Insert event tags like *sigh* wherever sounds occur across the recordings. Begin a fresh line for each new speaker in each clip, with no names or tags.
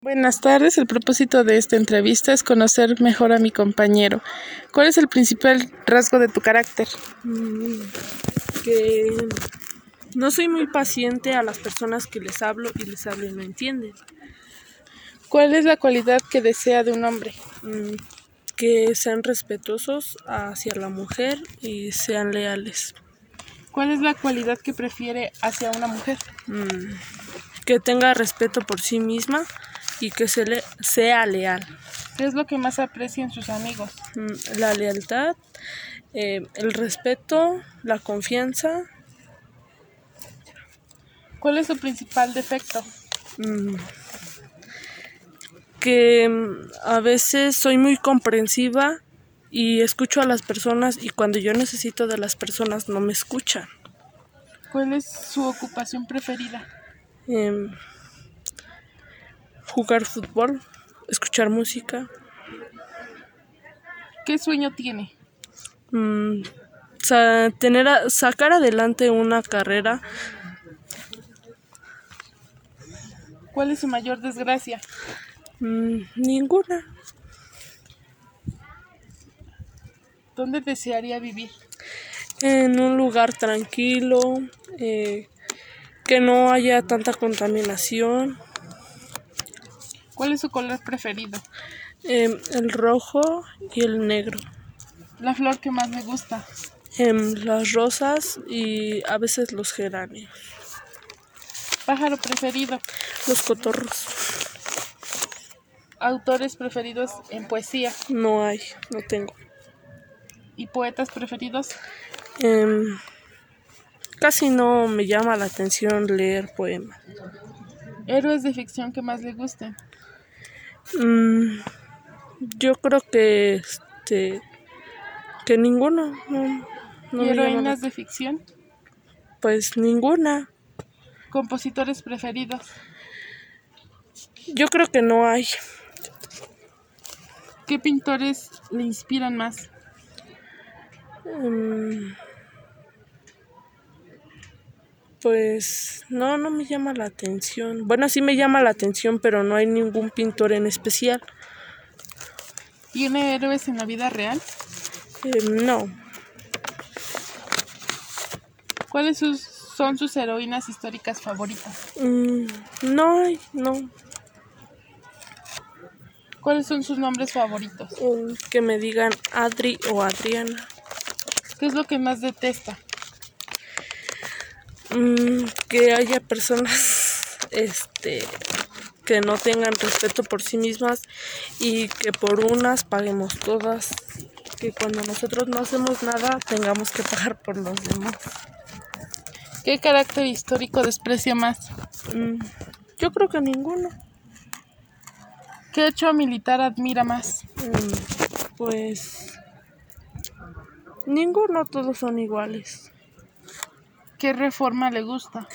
Buenas tardes, el propósito de esta entrevista es conocer mejor a mi compañero. ¿Cuál es el principal rasgo de tu carácter?
Mm, que no soy muy paciente a las personas que les hablo y les hablo y no entienden.
¿Cuál es la cualidad que desea de un hombre?
Mm, que sean respetuosos hacia la mujer y sean leales.
¿Cuál es la cualidad que prefiere hacia una mujer?
Mm, que tenga respeto por sí misma y que se le, sea leal.
¿Qué es lo que más aprecia en sus amigos?
Mm, La lealtad, eh, el respeto, la confianza,
¿Cuál es su principal defecto?
mm, que mm, a veces soy muy comprensiva y escucho a las personas y cuando yo necesito de las personas no me escuchan.
¿Cuál es su ocupación preferida?
Em, jugar fútbol, escuchar música,
¿Qué sueño tiene?
mm, sa- tener a- sacar adelante una carrera,
¿Cuál es su mayor desgracia?
mm, ninguna.
¿Dónde desearía vivir?
en un lugar tranquilo, eh, que no haya tanta contaminación.
¿Cuál es su color preferido?
Em, el rojo y el negro.
La flor que más me gusta.
Em, las rosas y a veces los geranios.
Pájaro preferido.
Los cotorros.
Autores preferidos en poesía.
No hay, no tengo.
¿Y poetas preferidos?
Em, casi no me llama la atención leer poemas.
Héroes de ficción que más le gusten.
Mm, yo creo que este que ninguno. No, no
¿Y
me llama la-
heroínas de ficción?
pues ninguna.
Compositores preferidos.
Yo creo que no hay.
¿Qué pintores le inspiran más?
Mm, Pues no, no me llama la atención. Bueno, sí me llama la atención, pero no hay ningún pintor en especial.
¿Tiene héroes en la vida real?
Em, no,
¿Cuáles sus- son sus heroínas históricas favoritas?
Mm, no hay, no.
¿Cuáles son sus nombres favoritos?
Em, que me digan Adri o Adriana.
¿Qué es lo que más detesta?
Mm, que haya personas *laughs* este, que no tengan respeto por sí mismas y que por unas paguemos todas. Que cuando nosotros no hacemos nada tengamos que pagar por los demás.
¿Qué carácter histórico desprecia más?
Mm, yo creo que ninguno.
¿Qué hecho militar admira más?
Mm, pues ninguno, todos son iguales.
¿Qué reforma le gusta?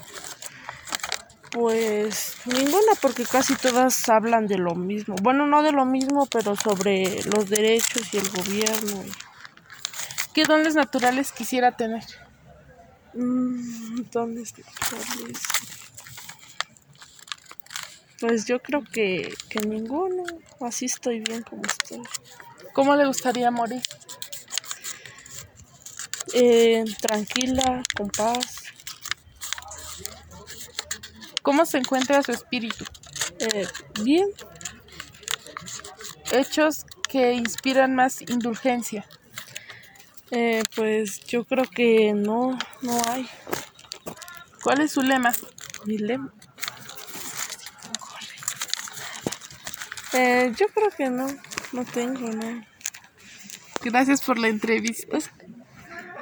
Pues ninguna porque casi todas hablan de lo mismo. Bueno, no de lo mismo, pero sobre los derechos y el gobierno.
¿Qué dones naturales quisiera tener?
Mm, ¿dónde está? ¿Cuál es? Pues yo creo que, que ninguno. Así estoy bien como estoy.
¿Cómo le gustaría morir?
Eh, tranquila, con paz.
¿Cómo se encuentra su espíritu?
Eh, bien.
Hechos que inspiran más indulgencia.
Eh, pues yo creo que no, no hay.
¿Cuál es su lema?
Mi lema. Eh, yo creo que no, no tengo, no.
Gracias por la entrevista.